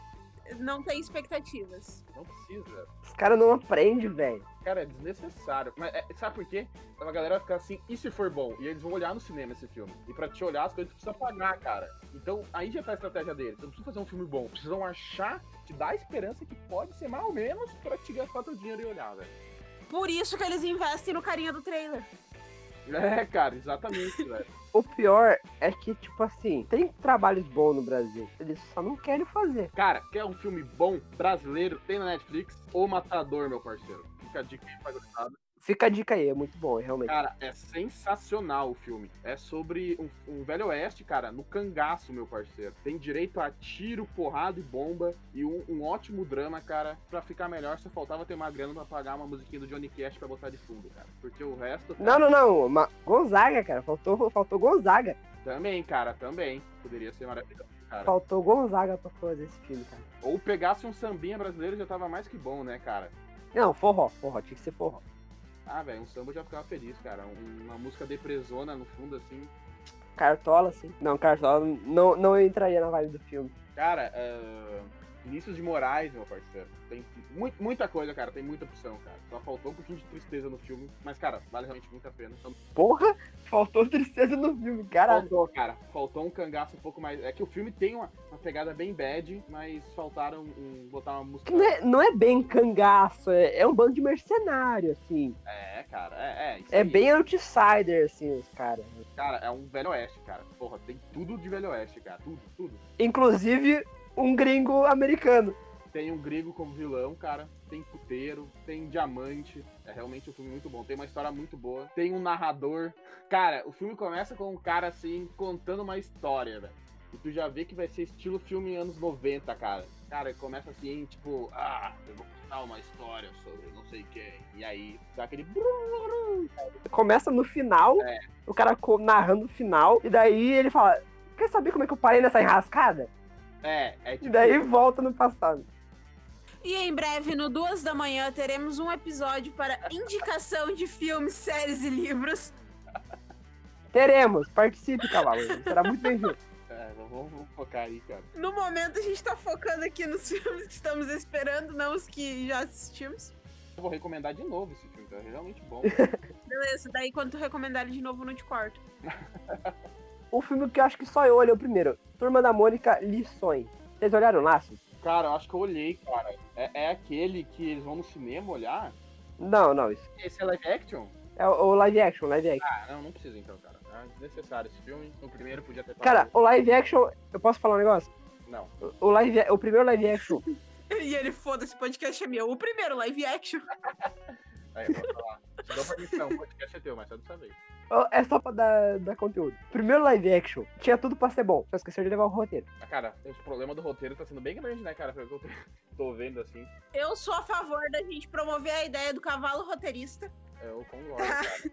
Não tem expectativas.
Não precisa.
Os caras não aprendem, velho.
Cara, é desnecessário. Mas é- sabe por quê? A galera vai ficar assim, e se for bom? E eles vão olhar no cinema esse filme. E pra te olhar, as coisas tu precisa pagar, cara. Então, aí já tá a estratégia deles. Não precisa fazer um filme bom. Precisam achar, te dar a esperança que pode ser mais ou menos pra te gastar teu dinheiro e olhar, velho.
Por isso que eles investem no carinha do trailer.
É, cara, exatamente, velho.
O pior é que, tipo assim, tem trabalhos bons no Brasil. Eles só não querem fazer.
Cara, quer um filme bom, brasileiro, tem na Netflix? O Matador, meu parceiro. Fica a dica aí pra gostar.
Fica a dica aí, é muito bom, realmente.
Cara, é sensacional o filme. É sobre um, um velho oeste, cara, no cangaço, meu parceiro. Tem direito a tiro, porrada e bomba. E um, um ótimo drama, cara. Pra ficar melhor, só faltava ter uma grana pra pagar uma musiquinha do Johnny Cash pra botar de fundo, cara. Porque o resto
Não, não, não. ma- Gonzaga, cara. Faltou, faltou Gonzaga.
também, cara, também. Poderia ser maravilhoso, cara.
Faltou Gonzaga pra fazer esse filme, cara.
Ou pegasse um sambinha brasileiro já tava mais que bom, né, cara?
Não, forró, forró, tinha que ser forró.
Ah, velho, um samba eu já ficava feliz, cara. Um- Uma música depresona no fundo, assim.
Cartola, assim. Não, Cartola não, não entraria na vibe do filme.
Cara, ah, Vinícius de Moraes, meu parceiro. Tem mu- muita coisa, cara. Tem muita opção, cara. Só faltou um pouquinho de tristeza no filme. Mas, cara, vale realmente muito a pena. Então,
Porra, faltou tristeza no filme, caralho.
faltou, cara. Faltou um cangaço um pouco mais. É que o filme tem uma, uma pegada bem bad, mas faltaram um- botar uma música.
Não é, não é bem cangaço, é, é um bando de mercenário, assim.
É, cara. É, é. isso
É
aí.
bem outsider, assim, os caras.
Cara, é um velho oeste, cara. Porra, tem tudo de velho oeste, cara. Tudo, tudo.
Inclusive, um gringo americano.
Tem um grego como vilão, cara. Tem puteiro, tem diamante. É realmente um filme muito bom. Tem uma história muito boa. Tem um narrador. Cara, o filme começa com um cara assim, contando uma história, velho. E tu já vê que vai ser estilo filme anos 90, cara. Cara, começa assim, tipo, ah, eu vou contar uma história sobre não sei quem. E aí, dá aquele. brum,
Começa no final,
É.
o cara co- narrando o final, e daí ele fala: Quer saber como é que eu parei nessa enrascada?
É, é
E
tipo.
daí volta no passado.
E em breve, no duas da manhã, teremos um episódio para indicação de filmes, séries e livros.
Teremos, participe, cavalo. Será muito bem-vindo.
É, vamos, vamos focar aí, cara.
No momento, a gente tá focando aqui nos filmes que estamos esperando, não os que já assistimos.
Eu vou recomendar de novo esse filme, cara. É realmente bom. cara.
Beleza, daí quando tu recomendar ele de novo, não te corto.
Um filme que eu acho que só eu olhei o primeiro: Turma da Mônica Lições. Vocês olharam Laços?
cara, eu acho que eu olhei, cara. É, é aquele que eles vão no cinema olhar.
Não, não, isso.
Esse é live action?
É o o live action, live action.
Ah, não, não precisa então, cara. É desnecessário esse filme. O primeiro podia ter
Cara,
parado.
o live action. Eu posso falar um negócio?
Não.
O- O, live, o primeiro live action.
E ele, foda-se, podcast é meu. O primeiro live action.
Aí, eu vou falar. Te dou permissão, o podcast é teu, mas só dessa vez.
ó, É só pra dar, dar conteúdo. Primeiro live action. Tinha tudo pra ser bom. Só esqueceu de levar o roteiro.
Mas, cara, o problema do roteiro tá sendo bem grande, né, cara? Pelo que eu tô- tô vendo assim.
Eu sou a favor da gente promover a ideia do cavalo roteirista,
é, Eu concordo, cara.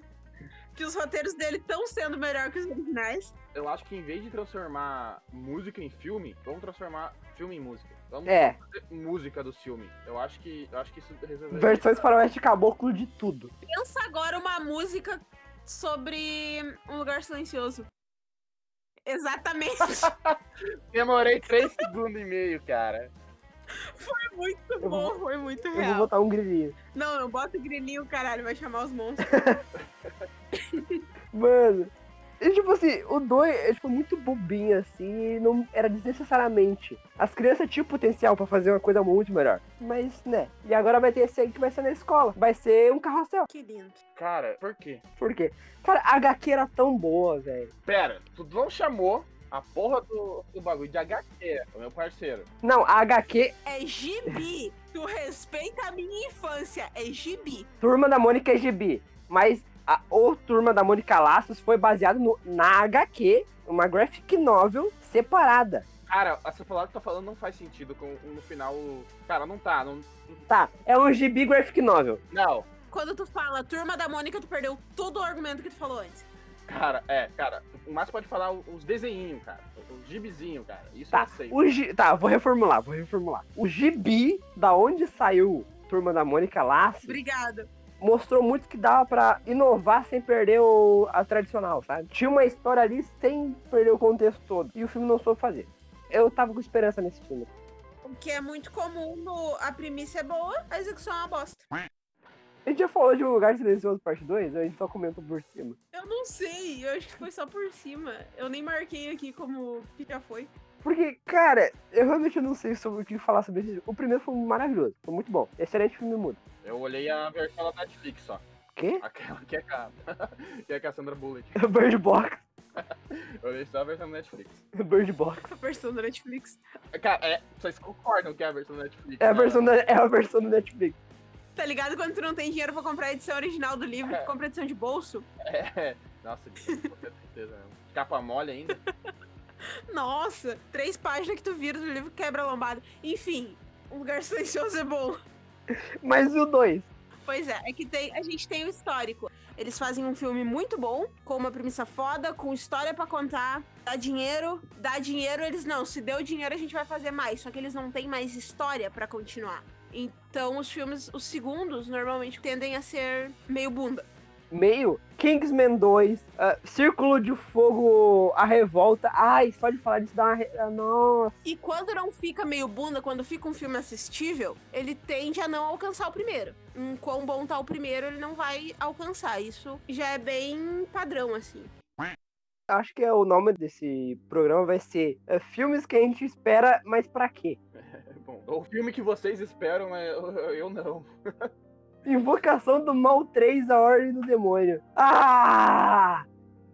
que os roteiros dele estão sendo melhor que os originais.
Eu acho que em vez de transformar música em filme, vamos transformar filme em música. Vamos
É.
fazer música do filme. Eu acho que, eu acho que isso resolveria.
Versões faroeste caboclo de tudo.
Pensa agora uma música sobre um lugar silencioso. Exatamente.
Demorei três segundos e meio, cara.
Foi muito
vou-
bom, foi muito
Eu vou
real.
botar um grilinho.
Não, não, bota o grilinho, caralho, vai chamar os monstros.
Mano. E tipo assim, o 2 é tipo, muito bobinho assim. E não era desnecessariamente. As crianças tinham potencial pra fazer uma coisa muito melhor. Mas, né. E agora vai ter esse aí que vai ser na escola. Vai ser um carrossel.
Que lindo.
Cara, por quê?
Por quê? Cara, a HQ era tão boa, velho.
Pera, tu não chamou a porra do, do bagulho de HQ, o meu parceiro.
Não, a HQ,
É gibi. Tu respeita a minha infância. É gibi.
Turma da Mônica é GB. Mas a, o Turma da Mônica Laços foi baseado no, na HQ, uma graphic novel separada.
Cara, essa palavra que tá falando não faz sentido com no final. Cara, não tá. Não.
Tá, é um GB graphic novel.
não.
Quando tu fala turma da Mônica, tu perdeu todo o argumento que tu falou antes.
Cara, é, cara, o Márcio pode falar os desenhinhos, cara. Os gibizinhos, cara. Isso
Tá,
eu sei.
o gi- tá, vou reformular, vou reformular. O GB, da onde saiu Turma da Mônica Laços,
Obrigada.
mostrou muito que dava pra inovar sem perder o, a tradicional, sabe? Tinha uma história ali sem perder o contexto todo. E o filme não soube fazer. Eu tava com esperança nesse filme.
O que é muito comum no A Primícia é Boa, a Execução é uma bosta.
A gente já falou de um lugar silencioso parte 2, a gente só comentou por cima.
Eu não sei, eu acho que foi só por cima. Eu nem marquei aqui como que já foi.
Porque, cara, eu realmente não sei sobre o que falar sobre esse O primeiro foi maravilhoso, foi muito bom. Excelente filme mudo.
Eu olhei a versão da Netflix só.
Quê?
Aquela que é com a, que é com a Sandra Bullock.
Bird Box.
Eu olhei só a versão da Netflix.
Bird Box.
A versão da Netflix.
Cara, é, vocês concordam que é a versão da Netflix?
É a
né?
versão da, é a versão do Netflix.
Tá ligado quando tu não tem dinheiro pra comprar a edição original do livro,
É.
tu compra a edição de bolso?
É. Nossa, com certeza. né? Capa mole ainda.
Nossa, três páginas que tu vira do livro quebra a lombada. Enfim, um lugar silencioso é bom.
Mas o 2.
Pois é, é que tem, a gente tem o histórico. Eles fazem um filme muito bom, com uma premissa foda, com história pra contar, dá dinheiro, dá dinheiro, eles não, se deu dinheiro a gente vai fazer mais, só que eles não têm mais história pra continuar. Então os filmes, os segundos, normalmente tendem a ser meio bunda.
Meio. Kingsman 2. ah, Círculo de Fogo. A Revolta. Ai, só de falar disso dá uma. Re... ah, Nossa.
E quando não fica meio bunda, quando fica um filme assistível, ele tende a não alcançar o primeiro. Em quão bom tá o primeiro, ele não vai alcançar. Isso já é bem padrão, assim.
Acho que é o nome desse programa vai ser ah, Filmes que a gente espera, mas pra quê?
Bom, o filme que vocês esperam, é, eu, eu não.
Invocação do Mal 3, A Ordem do Demônio. Ah!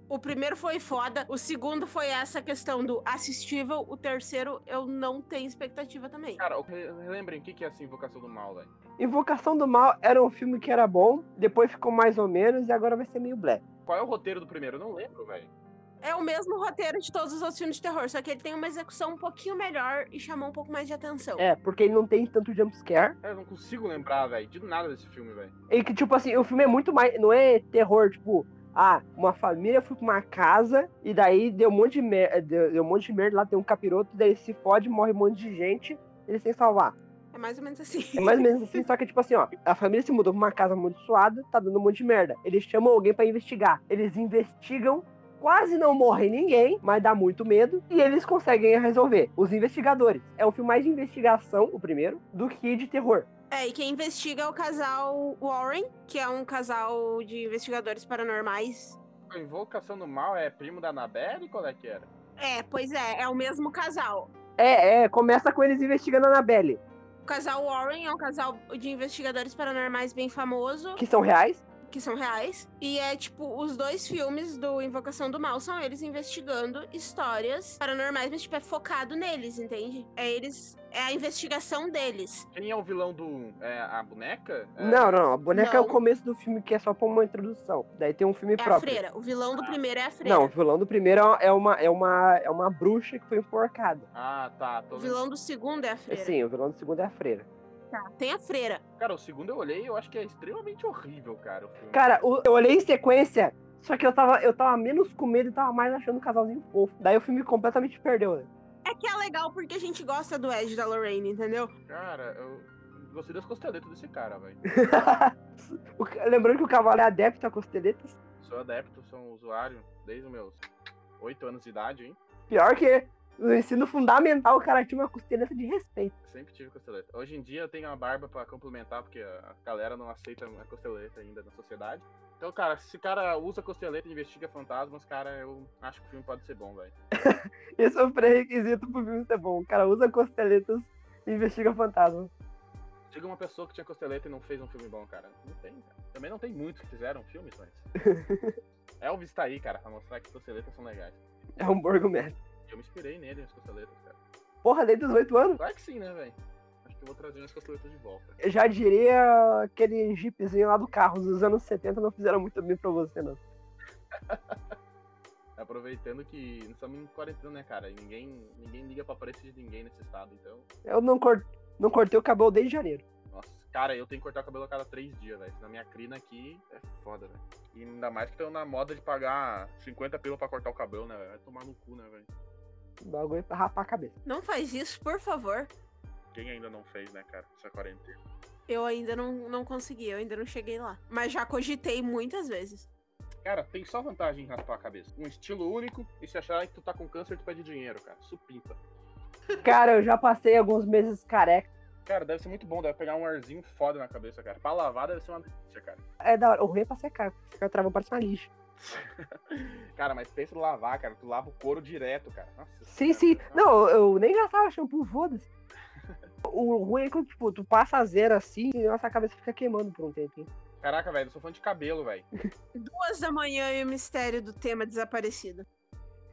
O primeiro foi foda, o segundo foi essa questão do assistível, o terceiro eu não tenho expectativa também.
Cara, re- lembrem, o que que é essa invocação do mal, velho?
Invocação do Mal era um filme que era bom, depois ficou mais ou menos e agora vai ser meio black.
Qual é o roteiro do primeiro? Eu não lembro, velho.
É o mesmo roteiro de todos os outros filmes de terror, só que ele tem uma execução um pouquinho melhor e chamou um pouco mais de atenção.
É, porque ele não tem tanto jumpscare.
Cara, eu não consigo lembrar, velho, de nada desse filme, velho.
E que, tipo assim, o filme é muito mais. Não é terror, tipo, ah, uma família foi pra uma casa e daí deu um monte de merda. Deu, deu um monte de merda lá, tem um capiroto, daí ele se fode, morre um monte de gente, eles têm que salvar.
É mais ou menos assim.
É mais ou menos assim, só que, tipo assim, ó, a família se mudou pra uma casa amaldiçoada, tá dando um monte de merda. Eles chamam alguém pra investigar. Eles investigam. Quase não morre ninguém, mas dá muito medo. E eles conseguem resolver. Os investigadores. É um filme mais de investigação, o primeiro, do que de terror.
É, e quem investiga é o casal Warren, que é um casal de investigadores paranormais.
A invocação do mal é primo da Annabelle? Qual é que era?
É, pois é, é o mesmo casal.
É, é, começa com eles investigando a Annabelle.
O casal Warren é um casal de investigadores paranormais bem famoso,
que são reais.
que são reais. E é tipo, os dois filmes do Invocação do Mal são eles investigando histórias paranormais, mas tipo, é focado neles, entende? É eles. É a investigação deles.
Quem é o vilão do. um? É a boneca? É-
Não, não, a boneca é o
Não.
começo do filme que é só pra uma introdução. Daí tem um filme
É a
próprio.
freira. O vilão do primeiro é a freira.
Não, o vilão do primeiro é uma, é uma, é uma bruxa que foi enforcada.
Ah, tá. Tô
O
lembrando.
vilão do segundo é a freira. Tá,
Sim, o vilão do segundo é a freira.
Tem a freira.
Cara, o segundo eu olhei e eu acho que é extremamente horrível, cara. O filme.
Cara, o- eu olhei em sequência, só que eu tava, eu tava menos com medo e tava mais achando o casalzinho fofo. Daí o filme completamente perdeu, né?
É que é legal porque a gente gosta do Ed e da Lorraine, entendeu?
Cara, eu gostei das costeletas desse cara, velho.
O ca- Lembrando que o cavalo é adepto a costeletas.
Sou adepto, sou um usuário desde os meus 8 anos de idade, hein?
Pior que no ensino fundamental o cara tinha uma costeleta de respeito.
Sempre tive costeleta. Hoje em dia eu tenho uma barba pra complementar, porque a a galera não aceita a costeleta ainda na sociedade. Então, cara, se esse cara usa costeleta e investiga fantasmas, cara, eu acho que o filme pode ser bom, velho.
Esse é o pré-requisito pro filme ser bom. O cara usa costeletas e investiga fantasmas.
Diga uma pessoa que tinha costeleta e não fez um filme bom, cara. Não tem, cara. Também não tem muitos que fizeram filmes, mas. Elvis tá aí, cara, pra mostrar que costeletas são legais.
É um burgomestre.
Eu me inspirei nele, nas costeletas, cara.
Porra, desde os 8 anos?
Claro que sim, né, velho? Acho que eu vou trazer umas costeletas de volta.
Eu já diria aquele jeepzinho lá do carro dos anos 70 não fizeram muito bem pra você, não.
Aproveitando que nós estamos em quarentena, né, cara? E ninguém, ninguém liga pra aparência de ninguém nesse estado, então.
Eu não, cor- não cortei o cabelo desde janeiro.
Nossa, cara, eu tenho que cortar o cabelo a cada três dias, velho. Na minha crina aqui é foda, velho. E ainda mais que estão na moda de pagar 50 pila pra cortar o cabelo, né, velho? Vai tomar no cu, né, velho?
O bagulho é pra rapar a cabeça.
Não faz isso, por favor.
Quem ainda não fez, né, cara? Essa quarentena.
Eu ainda não, não consegui, eu ainda não cheguei lá. Mas já cogitei muitas vezes.
Cara, tem só vantagem em raspar a cabeça. Um estilo único e se achar que tu tá com câncer, tu pede dinheiro, cara. Supimpa.
Cara, eu já passei alguns meses careca.
Cara, deve ser muito bom, deve pegar um arzinho foda na cabeça, cara. Pra lavar deve ser uma delícia, cara.
É da hora. O ruim é pra secar. porque Fica travando, parece uma lixa.
Cara, mas pensa em lavar, cara. Tu lava o couro direto, cara. Nossa,
Sim, sim.
senhora.
Não, eu nem gastava shampoo, foda-se. O ruim é que, tipo, tu passa a zero assim e nossa cabeça fica queimando por um tempinho.
Caraca, velho, eu sou fã de cabelo, velho.
Duas da manhã e o mistério do tema desaparecido.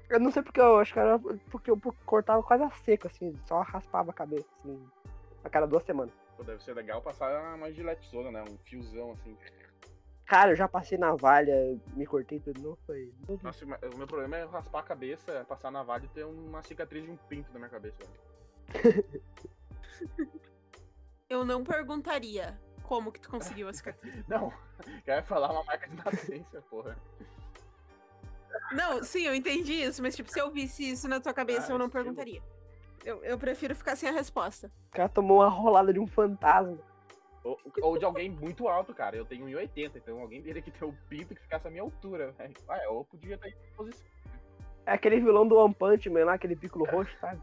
Eu não sei porque eu acho que era porque eu cortava quase a seco, assim, só raspava a cabeça, assim, a cada duas semanas.
Pô, deve ser legal passar uma gilete zona, né? Um fiozão assim.
Cara, eu já passei navalha, me cortei tudo, não foi.
Nossa, mas o meu problema é raspar a cabeça, passar na navalha e ter uma cicatriz de um pinto na minha cabeça, velho.
Eu não perguntaria como que tu conseguiu a cicatriz.
Não, quer falar uma marca de nascença, porra.
Não, sim, eu entendi isso, mas tipo, se eu visse isso na tua cabeça,
Ah,
eu não
estilo.
perguntaria. Eu, eu prefiro ficar sem a resposta.
O cara tomou uma rolada de um fantasma.
Ou, ou de alguém muito alto, cara. Eu tenho 1,80, então alguém teria que ter um pinto que ficasse a minha altura, velho. Ah, eu podia estar em posição.
É aquele vilão do One Punch Man lá, aquele piccolo roxo, sabe?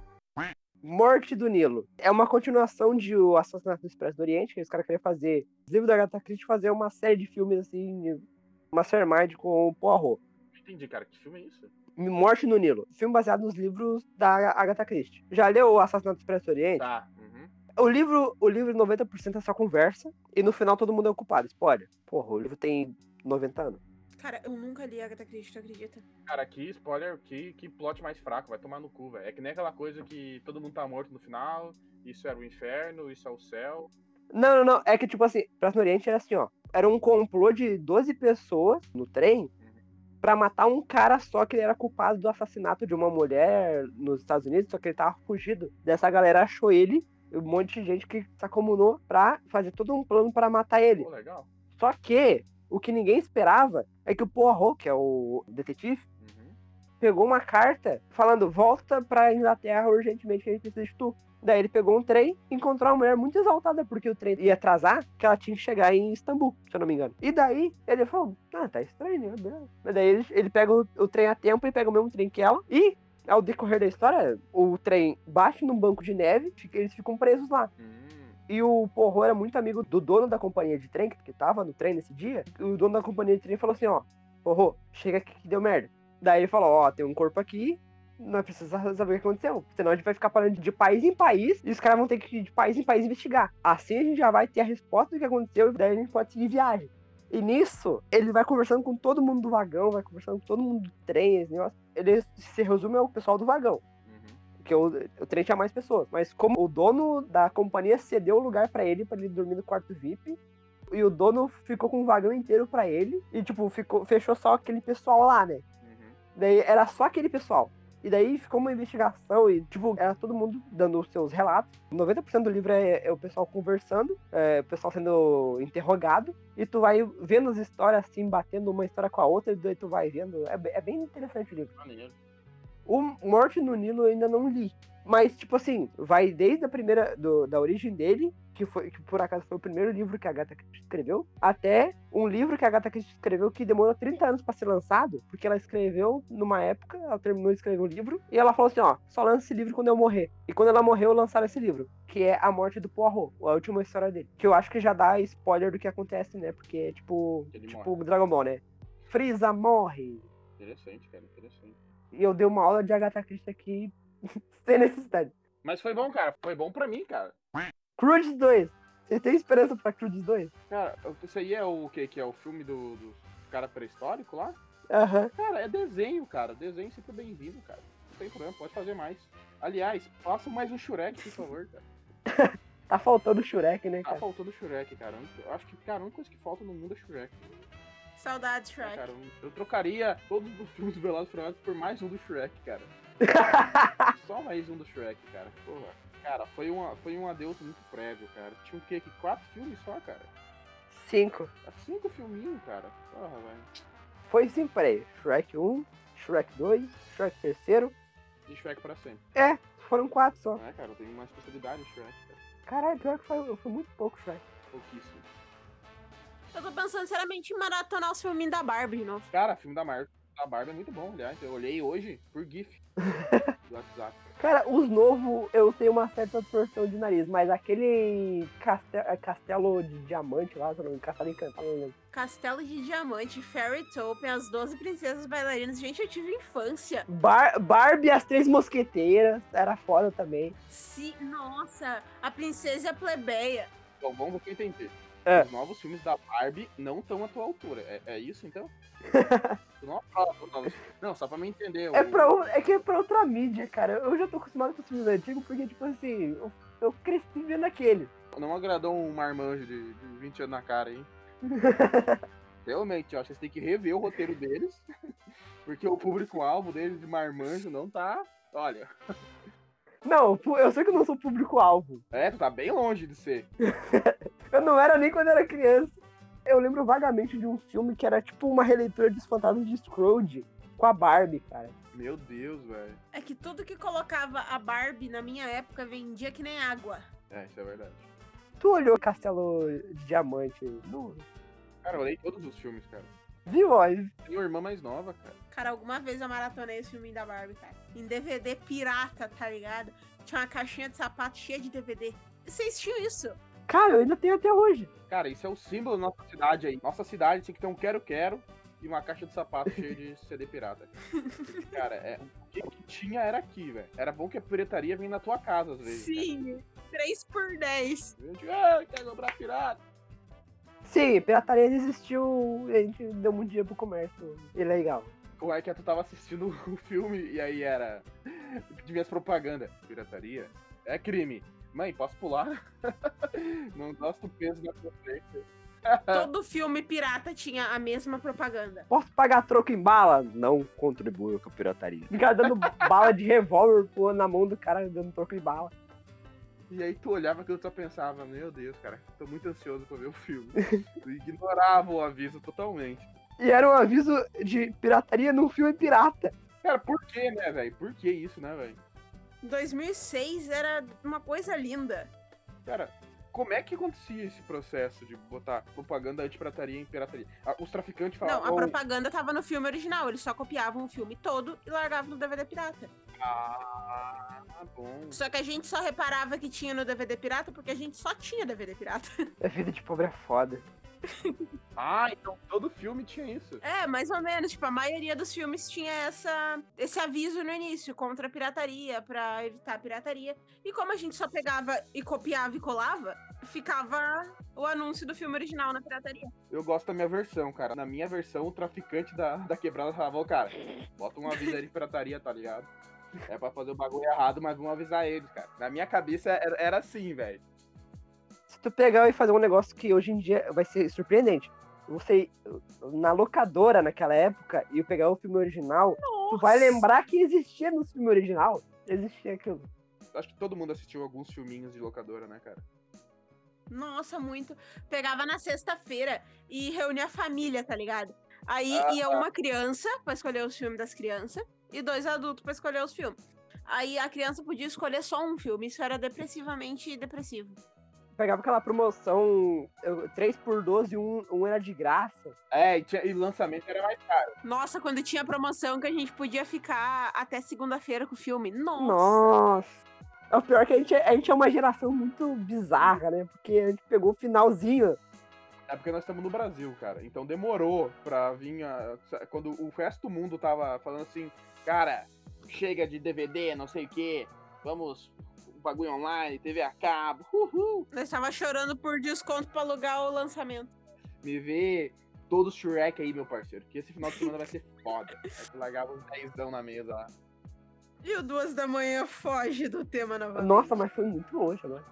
Morte do Nilo. É uma continuação de O Assassinato do Expresso do Oriente, que os caras queriam fazer. Os livros da Agatha Christie fazer uma série de filmes assim, Mastermind com o Poirot.
Não entendi, cara. Que filme é isso?
Morte no Nilo. Filme baseado nos livros da Agatha Christie. Já leu O Assassinato do Expresso do Oriente?
Tá. uhum.
O livro, o livro 90% é só conversa e no final todo mundo é ocupado. Spoiler. Porra, o livro tem 90 anos.
Cara, eu nunca li Agatha Christie, tu acredita?
Cara, que spoiler, que, que plot mais fraco, vai tomar no cu, velho. É que nem aquela coisa que todo mundo tá morto no final, isso era o inferno, isso é o céu.
Não, não, não. É que, tipo assim, Próximo Oriente era assim, ó. Era um complô de 12 pessoas no trem pra matar um cara só que ele era culpado do assassinato de uma mulher nos Estados Unidos, só que ele tava fugido. Dessa galera achou ele, um monte de gente que se acomodou pra fazer todo um plano pra matar ele.
Pô, legal.
Só que o que ninguém esperava é que o Poirot, que é o detetive,
Uhum.
pegou uma carta falando: volta pra Inglaterra urgentemente que a gente precisa de tu. Daí ele pegou um trem e encontrou uma mulher muito exaltada, porque o trem ia atrasar, que ela tinha que chegar em Istambul, se eu não me engano. E daí ele falou: Ah, tá estranho, meu Deus. Mas daí ele, ele pega o, o trem a tempo e pega o mesmo trem que ela. E, ao decorrer da história, o trem bate num banco de neve, fica- eles ficam presos lá.
Hum,
E o Porro era muito amigo do dono da companhia de trem, que tava no trem nesse dia. E o dono da companhia de trem falou assim, ó, Porro, chega aqui que deu merda. Daí ele falou, ó, tem um corpo aqui, nós precisamos saber o que aconteceu. Senão a gente vai ficar parando de país em país, e os caras vão ter que ir de país em país investigar. Assim a gente já vai ter a resposta do que aconteceu, e daí a gente pode seguir viagem. E nisso, ele vai conversando com todo mundo do vagão, vai conversando com todo mundo do trem, esse negócio. Ele se resume ao pessoal do vagão.
uhum.
Porque o, o trem tinha mais pessoas. Mas como o dono da companhia cedeu o lugar pra ele, pra ele dormir no quarto VIP, e o dono ficou com o vagão inteiro pra ele, e tipo, ficou, fechou só aquele pessoal lá, né?
uhum.
Daí era só aquele pessoal. E daí ficou uma investigação e, tipo, era todo mundo dando os seus relatos. 90% do livro é, é o pessoal conversando, é, o pessoal sendo interrogado. E tu vai vendo as histórias, assim, batendo uma história com a outra, e daí tu vai vendo. É, be- é bem interessante o livro.
Maneiro.
O Morte no Nilo eu ainda não li. Mas, tipo assim, vai desde a primeira. do- da origem dele, que, foi, que por acaso foi o primeiro livro que a Agatha Christie escreveu, até um livro que a Agatha Christie escreveu que demorou 30 anos pra ser lançado, porque ela escreveu numa época, ela terminou de escrever o livro, e ela falou assim: ó, só lança esse livro quando eu morrer. E quando ela morreu, lançaram esse livro, que é A Morte do Poirot, a última história dele. Que eu acho que já dá spoiler do que acontece, né? Porque é tipo.
Ele
tipo Dragon Ball, né? Frieza morre.
Interessante, cara, interessante.
E eu dei uma aula de Agatha Christie aqui sem necessidade.
Mas foi bom, cara. Foi bom pra mim, cara.
Cruz 2. Você tem esperança pra Cruz 2?
Cara, isso aí é o que que é? O filme do, do cara pré-histórico lá?
Aham.
Cara, é desenho, cara. Desenho sempre bem-vindo, cara. Não tem problema, pode fazer mais. Aliás, faça mais um Shurek, por favor, cara.
Tá faltando o Shurek, né,
Tá
cara?
faltando Shurek, cara. Eu acho que, cara, a única coisa que falta no mundo é Shurek.
Saudades,
Né,
Shrek.
cara, Eu- eu trocaria todos os filmes do Velado Furioso por mais um do Shrek, cara. Só mais um do Shrek, cara. Porra. Cara, foi, uma, foi um adeus muito prévio, cara. Tinha o quê? Que quatro filmes só, cara?
Cinco.
Tá Cinco filminhos, cara. Porra, velho.
Foi sim, peraí. Shrek 1, Shrek 2, Shrek 3.
E Shrek pra sempre,
É, foram quatro só.
né, cara? Eu tenho uma especialidade em Shrek, cara.
Caralho, pior que foi, foi muito pouco Shrek.
Pouquíssimo.
Eu tô pensando seriamente em maratonar os filminhos da Barbie de novo.
Cara, filme da Marvel. Da Barbie é muito bom, aliás. Eu olhei hoje por GIF do WhatsApp.
Cara, os novos eu tenho uma certa torção de nariz, mas aquele castel- eh, castelo, de diamante lá, se eu não me engano, castelo encantado, não lembro.
Castelo de Diamante, Fairy Topia, As 12 Princesas Bailarinas. Gente, eu tive infância.
Bar Barbie e as Três Mosqueteiras, era foda também.
Se... Nossa, a princesa e a plebeia.
Então vamos que eu entendi.
É.
Os novos filmes da Barbie não estão à tua altura. É, é isso então? Tu não aprova os novos filmes. Não, só pra me entender.
É,
o-
pra, o- é que é pra outra mídia, cara. Eu já tô acostumado com os filmes antigos, porque, tipo assim, eu, eu cresci vendo aquele.
Não agradou um marmanjo de, de 20 anos na cara, hein? Realmente, ó, vocês têm que rever o roteiro deles. Porque o público-alvo deles de marmanjo não tá. Olha,
Não, pu- eu sei que eu não sou público-alvo.
é, tu tá bem longe de ser.
Eu não era nem quando era criança. Eu lembro vagamente de um filme que era tipo uma releitura dos fantasmas de Scrooge com a Barbie, cara.
Meu Deus, velho.
É que tudo que colocava a Barbie na minha época vendia que nem água.
É, isso é verdade.
Tu olhou Castelo de Diamante? não?
Cara, eu olhei todos os filmes, cara.
Viu, ó?
Tenho uma irmã mais nova, cara.
Cara, alguma vez eu maratonei esse filminho da Barbie, cara. Em DVD pirata, tá ligado? Tinha uma caixinha de sapato cheia de DVD. Vocês tinham isso?
Cara, eu ainda tenho até hoje.
Cara, isso é o símbolo da nossa cidade aí. Nossa cidade tem que ter um quero-quero e uma caixa de sapato cheia de CD pirata. Cara, é, o que o que tinha era aqui, velho. Era bom que a pirataria vinha na tua casa às vezes.
Sim. 3 por 10.
Cara. Eu digo, ah, quer comprar pirata?
Sim, pirataria existiu, a gente deu muito dinheiro pro comércio ilegal.
Como é que tu tava assistindo um filme e aí era. Devia as propaganda. Pirataria? É crime. Mãe, posso pular? Não gosto do peso da consciência.
Todo filme pirata tinha a mesma propaganda.
Posso pagar troco em bala? Não contribuo com a pirataria. Ficar dando bala de revólver pô, na mão do cara dando troco em bala.
E aí tu olhava aquilo e só pensava, meu Deus, cara, tô muito ansioso pra ver o filme. tu ignorava o aviso totalmente.
E era um aviso de pirataria num filme pirata.
Cara, por que, né, velho? Por que isso, né, velho?
2006 era uma coisa linda.
Cara, como é que acontecia esse processo de botar propaganda anti-pirataria em pirataria? Ah, Os traficantes
Não,
falavam.
a propaganda tava no filme original. Eles só copiavam o filme todo e largavam no DVD pirata.
Ah, bom.
Só que a gente só reparava que tinha no DVD pirata porque a gente só tinha DVD pirata.
A vida de pobre é foda.
Ah, então todo filme tinha isso.
É, mais ou menos. Tipo, a maioria dos filmes tinha essa, esse aviso no início contra a pirataria, pra evitar a pirataria. E como a gente só pegava e copiava e colava, ficava o anúncio do filme original na pirataria.
Eu gosto da minha versão, cara. Na minha versão, o traficante da, da quebrada falava, "Ô, cara, bota um aviso aí de pirataria, tá ligado? É pra fazer o bagulho errado, mas vamos avisar eles, cara. Na minha cabeça era, era assim, velho.
Se tu pegar e fazer um negócio que hoje em dia vai ser surpreendente. Você ir na locadora naquela época e pegar o filme original, tu vai lembrar que existia no filme original. Existia aquilo.
Acho que todo mundo assistiu alguns filminhos de locadora, né, cara?
Nossa, muito. Pegava na sexta-feira e reunia a família, tá ligado? Aí
Ah,
ia uma criança pra escolher os filmes das crianças e dois adultos pra escolher os filmes. Aí a criança podia escolher só um filme, isso era depressivamente depressivo.
Pegava aquela promoção 3x12, um, um era de graça.
É, e, tinha- e lançamento era mais caro.
Nossa, quando tinha promoção que a gente podia ficar até segunda-feira com o filme. Nossa!
Nossa! É o pior que a gente, é- a gente é uma geração muito bizarra, né? Porque a gente pegou o finalzinho.
É porque nós estamos no Brasil, cara. Então demorou pra vir. A... Quando o resto do mundo tava falando assim, cara, chega de DVD, não sei o quê, vamos, bagulho online, TV a cabo, uhul.
Nós tava chorando por desconto pra alugar o lançamento.
Me vê todo Shrek aí, meu parceiro, que esse final de semana vai ser foda. Aí tu largava uns 10 na mesa lá.
E o duas da manhã foge do tema novamente.
Nossa, mas foi muito longe agora.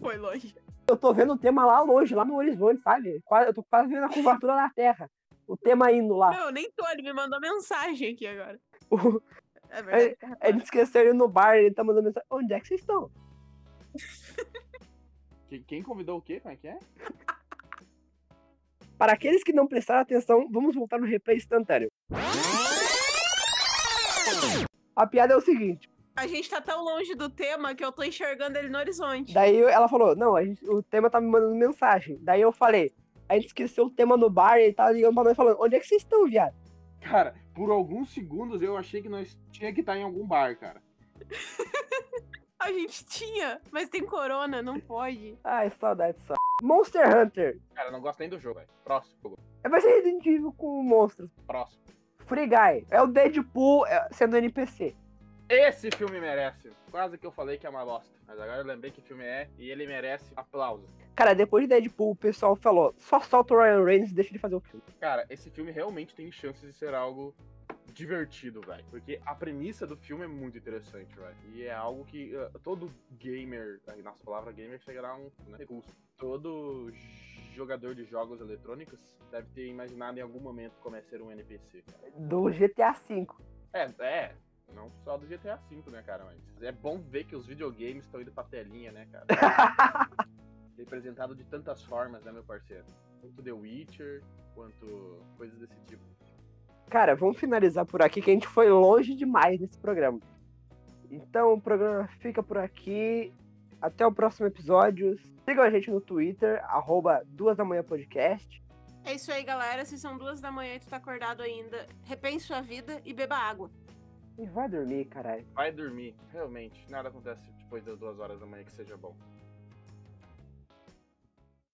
Foi longe.
Eu tô vendo o tema lá longe, lá no horizonte, sabe? Quase- Eu tô quase vendo a curvatura da Terra. O tema indo lá.
Não, eu nem tô, ele me mandou mensagem aqui agora.
O-
É verdade.
A gente esqueceu ele no bar, ele tá mandando mensagem. Onde é que vocês estão?
Que- Quem convidou o quê? Como é que é?
Para aqueles que não prestaram atenção, vamos voltar no replay instantâneo. A piada é o seguinte.
A gente tá tão longe do tema que eu tô enxergando ele no horizonte.
Daí ela falou, não, a gente- o tema tá me mandando mensagem. Daí eu falei, a gente esqueceu o tema no bar, ele tá ligando pra nós falando, onde é que vocês estão, viado?
Cara, por alguns segundos eu achei que nós tinha que estar em algum bar, cara.
A gente tinha, mas tem corona, não pode.
Ai, saudade só. Monster Hunter. "É,
Cara, eu não gosto nem do jogo, velho. Próximo, jogo.
Vai ser Resident Evil com monstros.
próximo.
Free Guy. É o Deadpool é, sendo NPC.
Esse filme merece. Quase que eu falei que é uma bosta. Mas agora eu lembrei que filme é e ele merece aplausos.
Cara, depois de Deadpool, o pessoal falou: só solta o Ryan Reynolds e deixa ele fazer o filme.
Cara, esse filme realmente tem chances de ser algo divertido, velho. Porque a premissa do filme é muito interessante, velho. E é algo que ah, todo gamer, aí, nossa a palavra gamer chegará a um né, recurso. Todo jogador de jogos eletrônicos deve ter imaginado em algum momento como é ser um NPC.
Do GTA V.
É, é. Não só do GTA V, né, cara? Mas é bom ver que os videogames estão indo pra telinha, né, cara? Representado de tantas formas, né, meu parceiro? Tanto The Witcher, quanto coisas desse tipo.
Cara, vamos finalizar por aqui, que a gente foi longe demais nesse programa. Então, o programa fica por aqui. Até o próximo episódio. Sigam a gente no Twitter, arroba duas da manhã podcast.
É isso aí, galera. Se são duas da manhã e tu tá acordado ainda, repense sua vida e beba água.
E vai dormir, caralho.
Vai dormir, realmente. Nada acontece depois das duas horas da manhã que seja bom.